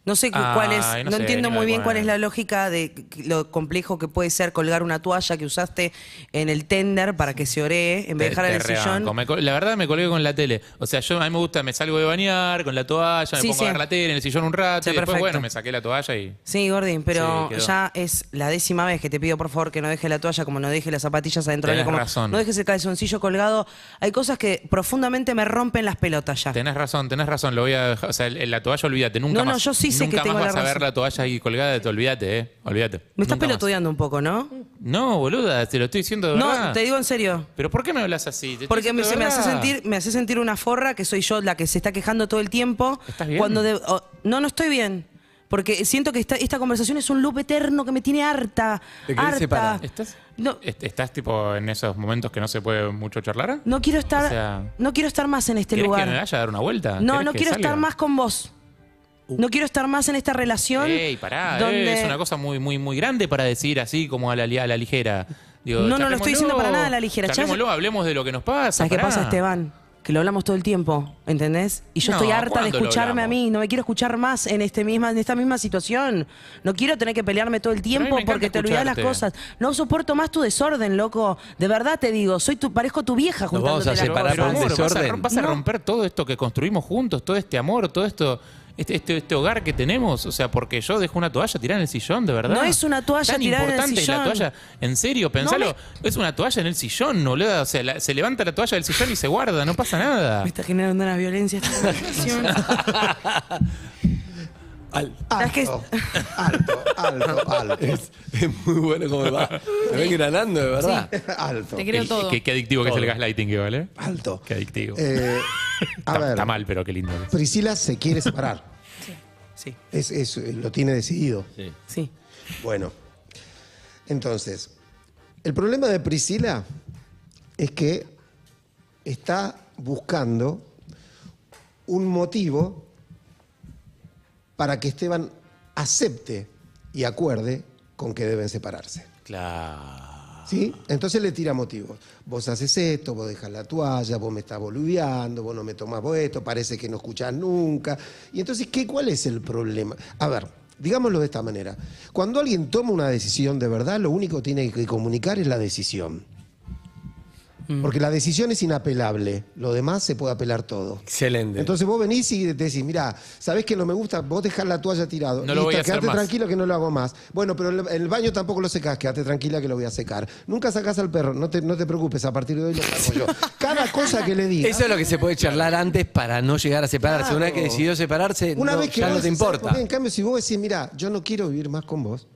No sé cu-
Ay,
cuál es,
no
no,
sé,
entiendo
ni
muy
lo
bien cuál es
acuerdo.
la lógica de c- lo complejo que puede ser colgar una toalla que usaste en el tender para que se ore en vez de
Te-
dejarla en el
te rebanco.
sillón.
Me col- la verdad me colgué con la tele. O sea, yo a mí me gusta, me salgo de bañar con la toalla, me
Sí,
pongo
sí.
a ver la tele en el sillón un rato
Sí,
y después,
perfecto.
bueno, me saqué la toalla y.
Sí, Gordín, pero
Sí, quedó.
ya es la décima vez que te pido por favor que no dejes la toalla, como no dejes las zapatillas adentro de la
Tenés
cama,
razón.
no dejes el calzoncillo colgado. Hay cosas que profundamente me rompen las pelotas ya.
Tenés razón, tenés razón, lo voy a dejar. O sea, el- la toalla, olvídate, nunca
Ah. No, no,
más.
yo sí sé
nunca
que tengo
más
la
vas a ver
razón.
la toalla ahí colgada, te olvídate, eh. Olvídate.
Me estás
Nunca más.
pelotudeando un poco, ¿no?
No, boluda, te lo estoy diciendo de verdad.
No, te digo en serio.
¿Pero por qué me hablas así? Te estoy
Porque me,
diciendo
se
de
me hace
verdad.
sentir, me hace sentir una forra que soy yo la que se está quejando todo el tiempo.
¿Estás bien?
Cuando de- o- no, no estoy bien. Porque siento que esta, esta conversación es un loop eterno que me tiene harta.
Te querés
harta.
separar.
¿Estás,
No.
est- ¿Estás tipo en esos momentos que no se puede mucho charlar?
No quiero estar,
O sea,
no quiero estar más en este
¿Querés
lugar.
que me vaya a dar una
no,
vuelta? Ah, ¿Querés
no
que
quiero
salga? Uh.
estar más con vos. No quiero estar más en esta relación.
Ey, pará, eh,
donde-
es una cosa muy, muy, muy grande para decir así como a la, li- a la ligera. Digo,
No, no, no lo
charlémoslo,
estoy diciendo para nada a la ligera. Chas-
Charlémoslo, hablemos de lo que nos pasa.
¿Sabes qué
pará.
pasa, Esteban? Que lo hablamos todo el tiempo, ¿entendés? Y yo
No,
estoy harta de
¿cuándo lo
escucharme a
hablamos?
mí, no me quiero escuchar más en este misma en esta misma situación. No quiero tener que pelearme todo el tiempo
encanta
porque te olvidas las
escucharte.
cosas. No soporto más tu desorden, loco. De verdad te digo, soy tu parezco tu vieja
vamos a
juntándote las
separar por
cosas.
Pero,
el
amor, vas a,
desorden.
rom- vas a romper todo esto que construimos juntos, todo este amor, todo esto, este, este, este hogar que tenemos. O sea, porque yo dejo una toalla tirada en el sillón, de verdad.
No es una toalla
Tan
tirada en el
importante
sillón.
la toalla. En serio, pensalo. Es una toalla en el sillón, boludo. O sea, la- se levanta la toalla del sillón y se guarda, no pasa nada.
Me está generando una violencia esta conversación.
Al-
¿Sabes qué?
Alto, alto, alto, alto.
es, es muy bueno como va. Se ven granando, de verdad.
alto.
Te creo
El-
todo.
Qué, qué adictivo que es el gaslighting que vale.
Alto.
Qué adictivo.
Eh, a
está,
ver,
está mal, pero qué lindo. que es.
Priscila se quiere separar.
Sí,
Es, es- lo tiene decidido.
sí.
Bueno, entonces, el problema de Priscila es que está buscando un motivo para que Esteban acepte y acuerde con que deben separarse.
Claro.
¿Sí? Entonces le tira motivos. Vos haces esto, vos dejas la toalla, vos me estás boludeando, vos no me tomás vos esto, parece que no escuchás nunca. Y entonces, ¿qué, ¿cuál es el problema? A ver, digámoslo de esta manera. Cuando alguien toma una decisión de verdad, lo único que tiene que comunicar es la decisión.
Mm.
Porque la decisión es inapelable, lo demás se puede apelar todo.
Excelente.
Entonces vos venís y decís, mirá, ¿sabés que no me gusta? Vos dejás la toalla tirado.
No lo voy a hacer
quedate
más.
tranquilo que no lo hago más. Bueno, pero el, el baño tampoco lo secás, quédate tranquila que lo voy a secar. Nunca sacás al perro, no te, no te preocupes, a partir de hoy lo saco yo. Cada cosa que le digas.
Eso es lo que se puede charlar antes para no llegar a separarse.
Claro.
Una vez que decidió separarse,
Una
no,
vez que
ya no
vos
te
decís,
importa.
"Porque En cambio, si vos decís, mirá, yo no quiero vivir más con vos,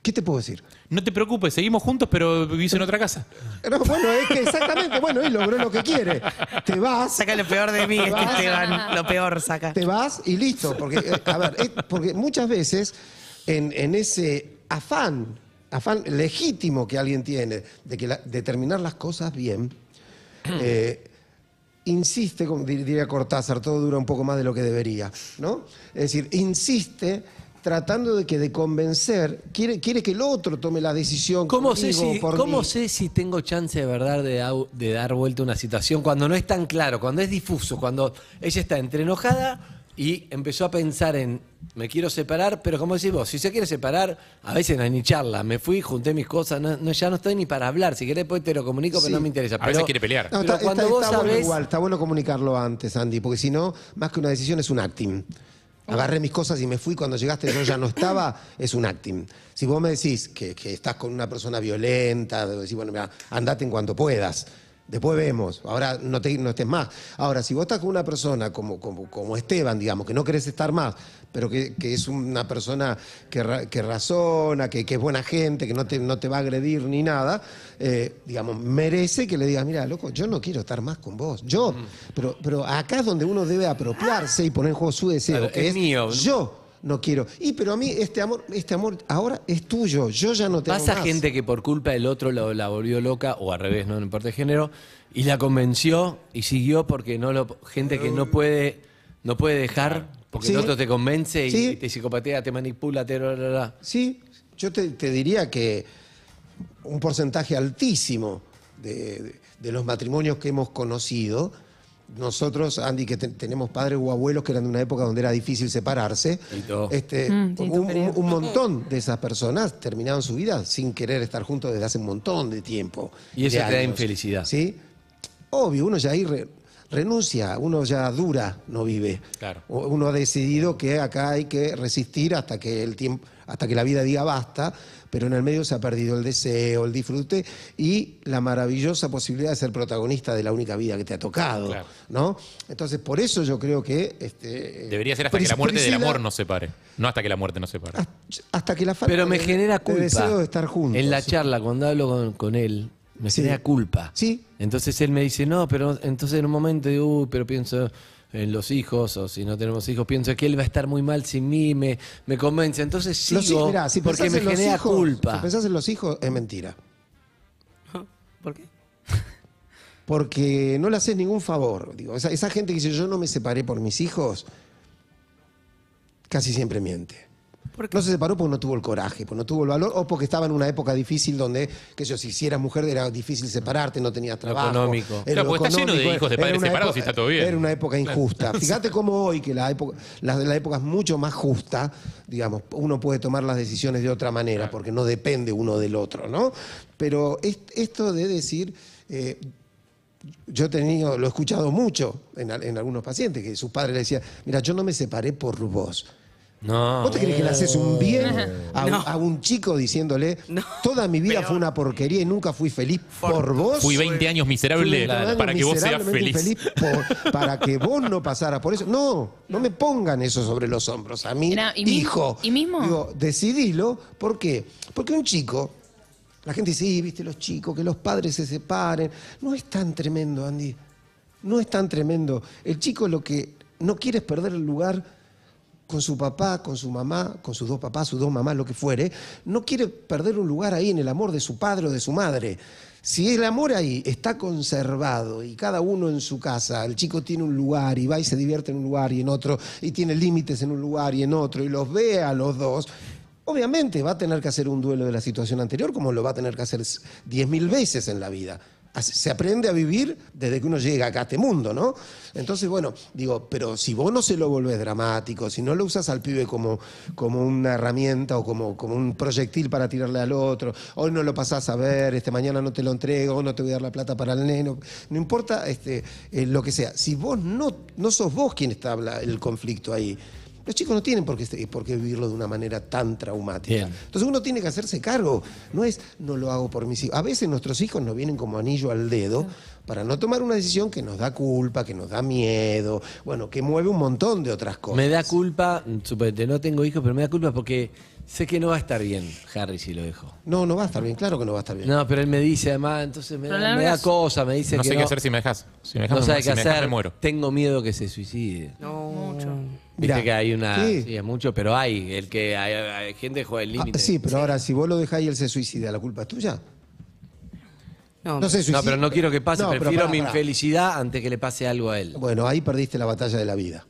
¿qué te puedo decir?
No te preocupes, seguimos juntos, pero vivís en otra casa.
No, bueno, es que exactamente, bueno, él logró lo que quiere. Te vas,
Saca lo peor de mí, este Esteban. Lo peor saca.
te vas y listo. Porque, eh, a ver, eh, porque muchas veces en, en ese afán, afán legítimo que alguien tiene de, que la- de terminar las cosas bien, eh, insiste, como dir- diría Cortázar, todo dura un poco más de lo que debería, ¿no? Es decir, insiste tratando de que de convencer, quiere, quiere que el otro tome la decisión
¿Cómo, sé
conmigo,
si,
por
cómo
mí.
sé si tengo chance de verdad de, au- de dar vuelta una situación cuando no es tan claro, cuando es difuso, cuando ella está entre enojada y empezó a pensar en me quiero separar, pero como decís vos, si se quiere separar, a veces no hay ni charla, me fui, junté mis cosas, no, no- ya no estoy ni para hablar, si querés después te lo comunico, pero
Sí.
no me interesa.
A
pero,
veces quiere pelear.
No,
pero
está,
cuando
está-
vos
está bueno
sabés,
igual, está bueno comunicarlo antes, Andy, porque si no, más que una decisión es un acting. Agarré mis cosas y me fui cuando llegaste, yo ya no estaba, es un acting. Si vos me decís que, que estás con una persona violenta, decís, bueno, mira, andate en cuanto puedas. Después vemos, ahora no, te, no estés más. Ahora, si vos estás con una persona como, como, como Esteban, digamos, que no querés estar más, pero que, que es una persona que, ra- que razona, que, que es buena gente, que no te, no te va a agredir ni nada, eh, digamos, merece que le digas, mira, loco, yo no quiero estar más con vos. Yo,
Mm.
pero, pero acá es donde uno debe apropiarse y poner en juego su deseo,
Claro,
que
es
es
mío.
Yo no quiero. Y pero a mí este amor, este amor ahora es tuyo, yo ya no te amo
pasa
más.
gente que por culpa del otro lo- la volvió loca, o al revés, no, no importa el género, y la convenció y siguió porque no lo. Gente que no puede, no puede dejar, porque el
Sí.
otro te convence y,
Sí.
y te psicopatea, te manipula, te. ra, ra, ra.
Sí, yo te, te diría que un porcentaje altísimo de, de- de los matrimonios que hemos conocido, nosotros, Andy, que te- tenemos padres o abuelos que eran de una época donde era difícil separarse,
Tito.
este, un, un- un montón de esas personas terminaron su vida sin querer estar juntos desde hace un montón de tiempo.
Y eso
de
te da
años,
infelicidad.
¿Sí? Obvio, uno ya ahí re- renuncia, uno ya dura, no vive.
Claro.
O- Uno ha decidido que acá hay que resistir hasta que el tiempo, hasta que la vida diga basta, pero en el medio se ha perdido el deseo, el disfrute y la maravillosa posibilidad de ser protagonista de la única vida que te ha tocado,
Claro.
¿no? Entonces, por eso yo creo que este, eh,
Debería ser hasta que
Pris-
la muerte del
Priscila-
amor nos separe. No hasta que la muerte nos separe.
hasta que la falta
Pero me
de-
genera
de
culpa.
deseo de estar juntos.
En la charla, cuando hablo con, con él, me
Sí.
genera culpa.
Sí.
Entonces él me dice, no, pero entonces en un momento digo, uy, pero pienso en los hijos, o si no tenemos hijos, pienso que él va a estar muy mal sin mí, me, me convence. Entonces sigo,
Los hijos- mirá, si
porque
pensás
me
en los
genera
hijos- Si
culpa.
pensás en los hijos, es mentira.
¿Por qué?
Porque no le haces ningún favor. Digo, esa, esa gente que dice yo no me separé por mis hijos, casi siempre miente. No se separó porque no tuvo el coraje, porque no tuvo el valor, o porque estaba en una época difícil donde, que yo, si hicieras mujer era difícil separarte, no tenías trabajo.
económico.
Claro,
Era lo
porque está lleno de
económico,
hijos de
era
padres
una
separados
época-
y está todo bien.
Era una época injusta. Fíjate cómo hoy, que la época, la, la época es mucho más justa, digamos, uno puede tomar las decisiones de otra manera, porque no depende uno del otro, ¿no? Pero es- esto de decir. eh, yo he tenido, lo he escuchado mucho en, al- en algunos pacientes, que sus padres le decían, mira, yo no me separé por vos.
No.
¿Vos te crees que le haces un bien a, un- a un chico diciéndole, toda mi vida fue una porquería y nunca fui feliz por, vos?
Fui 20 años miserable
Fui un
para que vos seas
miserablemente
feliz.
infeliz por- para que vos no pasaras por eso. No, no me pongan eso sobre los hombros. A mí,
Era, ¿y mi-
hijo.
y mismo?
Digo, decidilo. ¿Por qué? Porque un chico, la gente dice, "Sí, viste, los chicos, que los padres se separen. No es tan tremendo, Andy. No es tan tremendo. El chico lo que no quiere es perder el lugar con su papá, con su mamá, con sus dos papás, sus dos mamás, lo que fuere, no quiere perder un lugar ahí en el amor de su padre o de su madre. Si el amor ahí está conservado y cada uno en su casa, el chico tiene un lugar y va y se divierte en un lugar y en otro, y tiene límites en un lugar y en otro, y los ve a los dos, obviamente va a tener que hacer un duelo de la situación anterior como lo va a tener que hacer 10.000 veces en la vida. Así- Se aprende a vivir desde que uno llega acá a este mundo, ¿no? Entonces, bueno, digo, pero si vos no se lo volvés dramático, si no lo usas al pibe como, como una herramienta o como, como un proyectil para tirarle al otro, hoy no lo pasás a ver, este, mañana no te lo entrego, no te voy a dar la plata para el neno, no importa este, eh, lo que sea. Si vos no, no sos vos quien está habla- el conflicto ahí, los chicos no tienen por qué, este, por qué vivirlo de una manera tan traumática.
Bien.
Entonces uno tiene que hacerse cargo. No es, no lo hago por mis hijos. A veces nuestros hijos nos vienen como anillo al dedo para no tomar una decisión que nos da culpa, que nos da miedo, bueno, que mueve un montón de otras cosas.
Me da culpa, suponete, no tengo hijos, pero me da culpa porque sé que no va a estar bien Harry si lo dejo.
No, no va a estar bien, claro que no va a estar bien.
No, pero él me dice además, entonces me,
Pero
da- me da
largas-
cosa, me dice
No
que
sé
no,
qué hacer si me dejas. Si me
no
dejas,
sabe qué
me, si me dejás,
hacer,
me muero.
tengo miedo que se suicide.
No, mucho.
Viste
Mirá,
que hay una, sí.
sí.
hay mucho, pero hay, el que hay, hay gente que juega el
Ah,
límite.
sí, pero ahora si vos lo dejás y él se suicida, ¿la culpa es tuya?
No,
No se suicida.
No, pero no quiero que pase,
No, pero
prefiero
pará,
mi
pará.
infelicidad antes que le pase algo a él.
Bueno, ahí perdiste la batalla de la vida.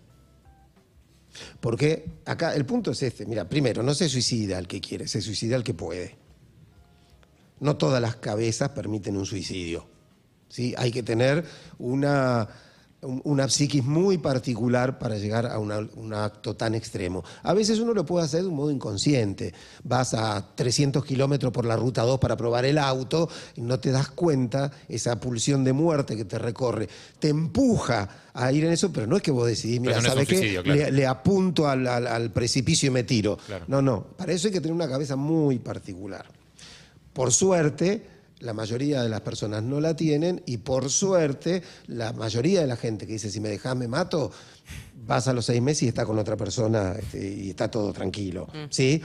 Porque acá el punto es este. Mira, primero, no se suicida el que quiere, se suicida el que puede. No todas las cabezas permiten un suicidio. ¿sí? Hay que tener una, un- una psiquis muy particular para llegar a una- un acto tan extremo. A veces uno lo puede hacer de un modo inconsciente. Vas a 300 kilómetros por la ruta 2 para probar el auto y no te das cuenta esa pulsión de muerte que te recorre. Te empuja a ir en eso, pero no es que vos decidís,
Pero
mira,
eso no es
¿sabes
un
qué?
suicidio, claro.
Le- le apunto al, al- al precipicio y me tiro.
Claro.
No, no. Para eso hay que tener una cabeza muy particular. Por suerte, la mayoría de las personas no la tienen y por suerte, la mayoría de la gente que dice, si me dejas me mato, vas a los seis meses y está con otra persona este, y está todo tranquilo. ¿Sí?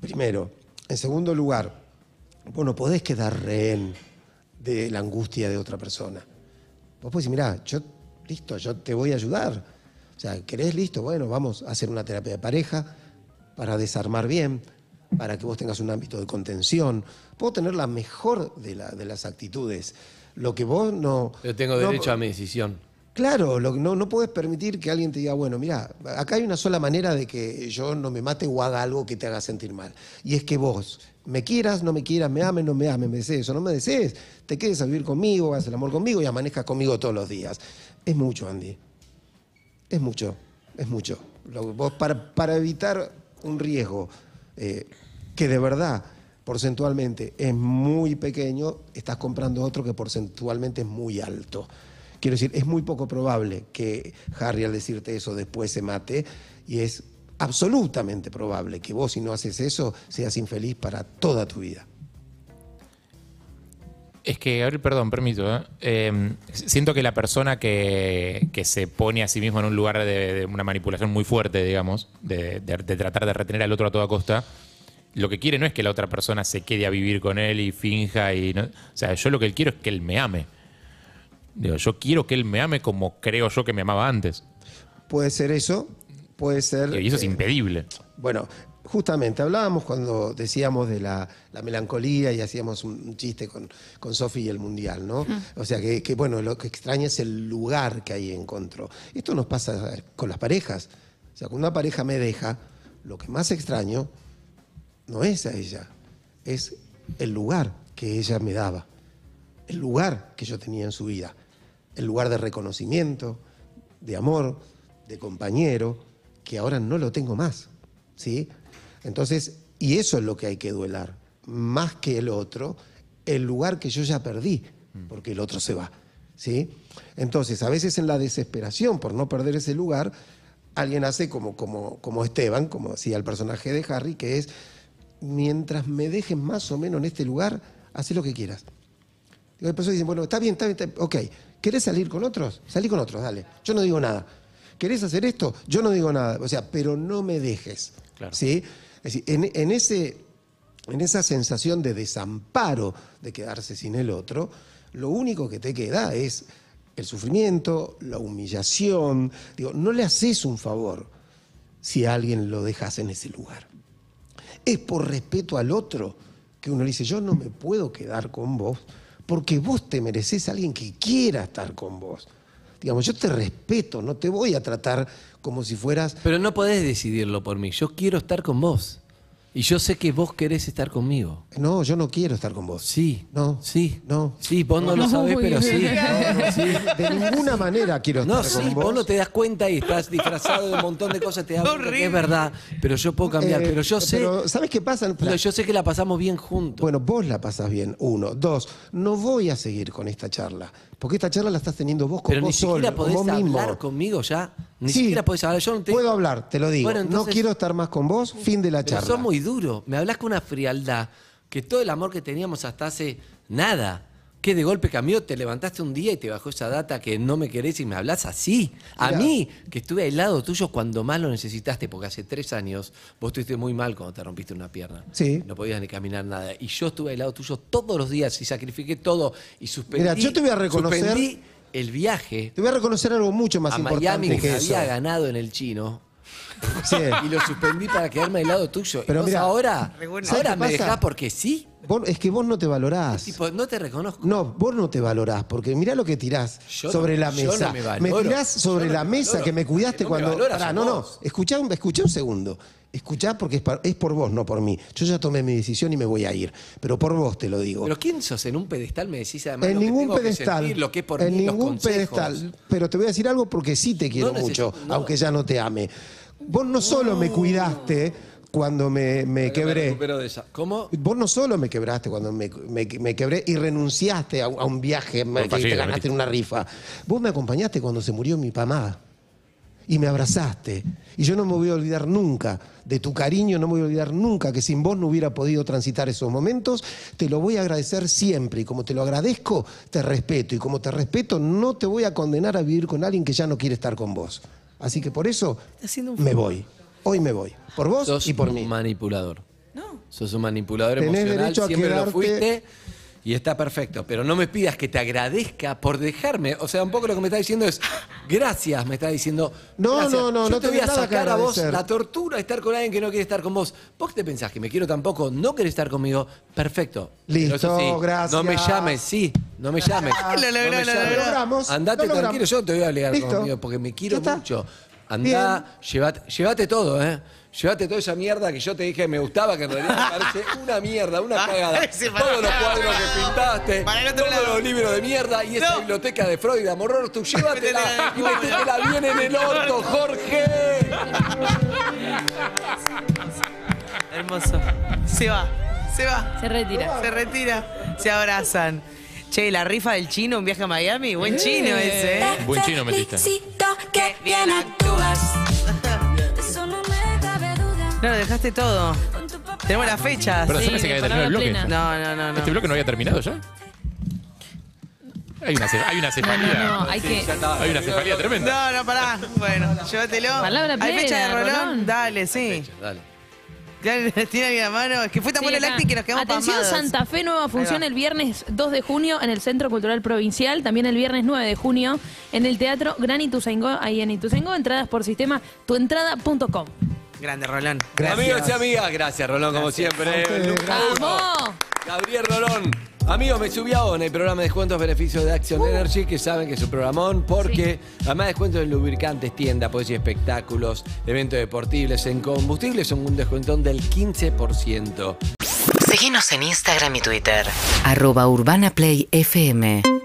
Primero. En segundo lugar, vos no podés quedar rehén de la angustia de otra persona. Vos podés decir, mirá, yo, listo, yo te voy a ayudar. O sea, ¿querés listo? Bueno, vamos a hacer una terapia de pareja para desarmar bien, para que vos tengas un ámbito de contención. Puedo tener la mejor de, la- de las actitudes. Lo que vos no...
Yo tengo
no-
derecho a mi decisión.
Claro, lo- no, no puedes permitir que alguien te diga, bueno, mira, acá hay una sola manera de que yo no me mate o haga algo que te haga sentir mal. Y es que vos me quieras, no me quieras, me ames, no me ames, me desees o no me desees, te quedes a vivir conmigo, hagas el amor conmigo y amanezcas conmigo todos los días. Es mucho, Andy. Es mucho, es mucho. Lo- vos para, para evitar un riesgo eh, que de verdad porcentualmente es muy pequeño, estás comprando otro que porcentualmente es muy alto. Quiero decir, es muy poco probable que Harry al decirte eso después se mate y es absolutamente probable que vos si no haces eso seas infeliz para toda tu vida.
Es que, Gabriel, perdón, permito. ¿eh? Eh, siento que la persona que, que se pone a sí mismo en un lugar de, de una manipulación muy fuerte, digamos, de, de- de tratar de retener al otro a toda costa, lo que quiere no es que la otra persona se quede a vivir con él y finja y... No, o sea, yo lo que quiero es que él me ame. Digo, yo quiero que él me ame como creo yo que me amaba antes.
Puede ser eso, puede ser...
Y eso es
eh,
impedible.
Bueno, justamente hablábamos cuando decíamos de la, la melancolía y hacíamos un un chiste con, con Sofi y el Mundial, ¿no? O sea, que, que, bueno, lo que extraña es el lugar que ahí encontró. Esto nos pasa con las parejas. O sea, cuando una pareja me deja, lo que más extraño no es a ella, es el lugar que ella me daba, el lugar que yo tenía en su vida, el lugar de reconocimiento, de amor, de compañero, que ahora no lo tengo más. ¿sí? Entonces, y eso es lo que hay que duelar, más que el otro, el lugar que yo ya perdí, porque el otro se va. ¿sí? Entonces, a veces en la desesperación por no perder ese lugar, alguien hace como, como, como Esteban, como decía el personaje de Harry, que es, mientras me dejes más o menos en este lugar, haz lo que quieras. Y las personas dicen, bueno, está bien, está bien, está bien, ok. ¿Querés salir con otros? Salí con otros, dale. Yo no digo nada. ¿Querés hacer esto? Yo no digo nada. O sea, pero no me dejes.
Claro.
¿sí? Es decir, en, en ese, en esa sensación de desamparo de quedarse sin el otro, lo único que te queda es el sufrimiento, la humillación. Digo, no le haces un favor. si a alguien lo dejas en ese lugar. Es por respeto al otro que uno le dice, yo no me puedo quedar con vos, porque vos te mereces a alguien que quiera estar con vos. Digamos, yo te respeto, no te voy a tratar como si fueras
Pero no podés decidirlo por mí. Yo quiero estar con vos. Y yo sé que vos querés estar conmigo.
No, yo no quiero estar con vos.
Sí.
No.
Sí.
No.
Sí, vos no, lo
No,
sabés,
muy
pero sí.
bien.
De ninguna manera quiero
No,
estar con
sí,
vos.
vos no te das cuenta y estás disfrazado de un montón de cosas, te das cuenta que es verdad, pero yo puedo cambiar,
Eh,
pero yo sé,
pero, ¿Sabes qué pasa?
pero yo sé que la pasamos bien juntos.
Bueno, vos la pasás bien, uno. Dos, no voy a seguir con esta charla, porque esta charla la estás teniendo vos con
pero ni
vos
siquiera
solo, con
podés
vos
hablar
mismo.
conmigo ya, ni
Sí,
siquiera podés hablar, yo no te
Puedo hablar, te lo digo.
Bueno,
no
entonces-
quiero estar más con vos, fin de la
Pero
charla.
sos muy duro. Me hablas con una frialdad que todo el amor que teníamos hasta hace nada, que de golpe cambió, te levantaste un día y te bajó esa data que no me querés y me hablas así. A
Mirá.
mí, que estuve al lado tuyo cuando más lo necesitaste, porque hace tres años vos estuviste muy mal cuando te rompiste una pierna.
Sí.
No podías ni caminar nada. Y yo estuve al lado tuyo todos los días y sacrifiqué todo y suspendí.
Mirá, yo te voy a reconocer-
suspendí el viaje
Te voy a reconocer algo mucho más
a
importante
Miami que,
que eso.
había ganado en el chino
Sí.
y lo suspendí para quedarme al lado tuyo.
Pero
Pero
mira,
ahora,
re bueno.
ahora
¿Sabes qué
me
pasa?
dejás porque sí.
Vos- es que vos no te valorás.
Tipo, no te reconozco.
No, vos no te valorás, porque mirá lo que tirás
Yo no-
sobre la
yo no
mesa.
me
me,
valoro.
tirás sobre
Yo no
la
me
mesa
valoro.
que me cuidaste
Que no me
cuando.
valoras
Pará,
a
no, no.
vos.
Escuchá, un- escuchá un segundo. Escuchá porque es, par- es por vos, no por mí. Yo ya tomé mi decisión y me voy a ir. Pero por vos te lo digo.
Pero ¿quién sos? En un pedestal me decís además
en
lo que
ningún
tengo que
pedestal.
sentir, lo que es por
en
mí, los
ningún
consejos.
pedestal. Eh, Pero te voy a decir algo porque sí te quiero
No necesito-
mucho,
no.
aunque ya no te ame. Vos no solo me cuidaste cuando me, me quebré.
Pero de esa- ¿Cómo?
Vos no solo me quebraste cuando me, me- me quebré y renunciaste a, a un viaje me- que te
fallido,
ganaste
Benito.
en una rifa. Vos me acompañaste cuando se murió mi mamá y me abrazaste. Y yo no me voy a olvidar nunca de tu cariño, no me voy a olvidar nunca que sin vos no hubiera podido transitar esos momentos. Te lo voy a agradecer siempre y como te lo agradezco, te respeto. Y como te respeto, no te voy a condenar a vivir con alguien que ya no quiere estar con vos. Así que por eso
haciendo un
me voy. Hoy me voy. Por vos
Sos
y por
un
mí.
manipulador.
No.
Sos un manipulador
Tenés
emocional,
derecho a
siempre
quedarte-
lo fuiste. Y está perfecto, pero no me pidas que te agradezca por dejarme. O sea, un poco lo que me está diciendo es, gracias, me está diciendo.
No,
gracias.
no, no,
Yo
no
te voy
tenés
a
nada que
sacar a vos
agradecer.
la tortura de estar con alguien que no quiere estar con vos. ¿Vos qué te pensás que me quiero tampoco? ¿No querés estar conmigo? Perfecto. Pero
Listo,
eso sí, No
gracias.
me llames, sí, no me llames.
Lo
no me
logró, lo
llames.
logró.
logramos,
Andate
lo logramos.
tranquilo, yo no te voy a obligar
Listo.
conmigo porque me quiero
Ya está.
mucho. Andá,
Bien.
Llévate, llévate todo, ¿eh? Llévate toda esa mierda que yo te dije que me gustaba, que en realidad me parece una mierda,
Ah,
una cagada.
ese para-
Todos los cuadros que
para-
pintaste,
para el otro
todos
lado.
los libros de mierda y esa
No.
biblioteca de Freud, amor Ortu, llévatela y
Métetela en el
métetela bien en el orto, Jorge.
Hermoso. Se va, se va.
Se retira.
Se retira, se abrazan. Che, la rifa del chino, un viaje a Miami, buen chino ese. ¿eh?
Buen chino metiste.
Felicito que bien actúas. Eso no me cabe duda.
No, dejaste todo.
Con tu papá.
Tenemos las fechas.
Pero
Sí,
se me hace que había
palabra
terminado el bloque.
plena.
No, no, no,
¿Este
no.
bloque no había terminado ya? Hay una, ce- hay una
No,
cefalía.
no, no, hay que.
Hay una cefalía tremenda.
No, no, pará. Bueno, llévatelo.
Palabra
¿Hay fecha de
plena,
Rolón?
Rolón.
Dale, sí.
Dale.
Claro, tiene alguien a mano. Es que fue tan
Sí,
bueno el
acá.
acting que nos quedamos
Atención
pasmados.
Santa Fe, nueva función
va.
el viernes 2 de junio en el Centro Cultural Provincial, también el viernes 9 de junio en el Teatro Gran Ituzaingó, ahí en Ituzaingó, entradas por sistema tuentrada.com.
Grande, Rolón.
Amigos y amigas, gracias Rolón, como siempre.
ustedes,
Número
gracias.
uno.
¡Vamos!
Gabriel Rolón. Amigos, me subí a ON, el programa de descuentos beneficio de Action Energy, que saben que es un programón, porque además de descuentos en lubricantes, tienda, poesía, espectáculos, eventos deportivos, en combustibles, son un descuentón del 15%.
Seguinos en Instagram y Twitter.
arroba Urbana Play FM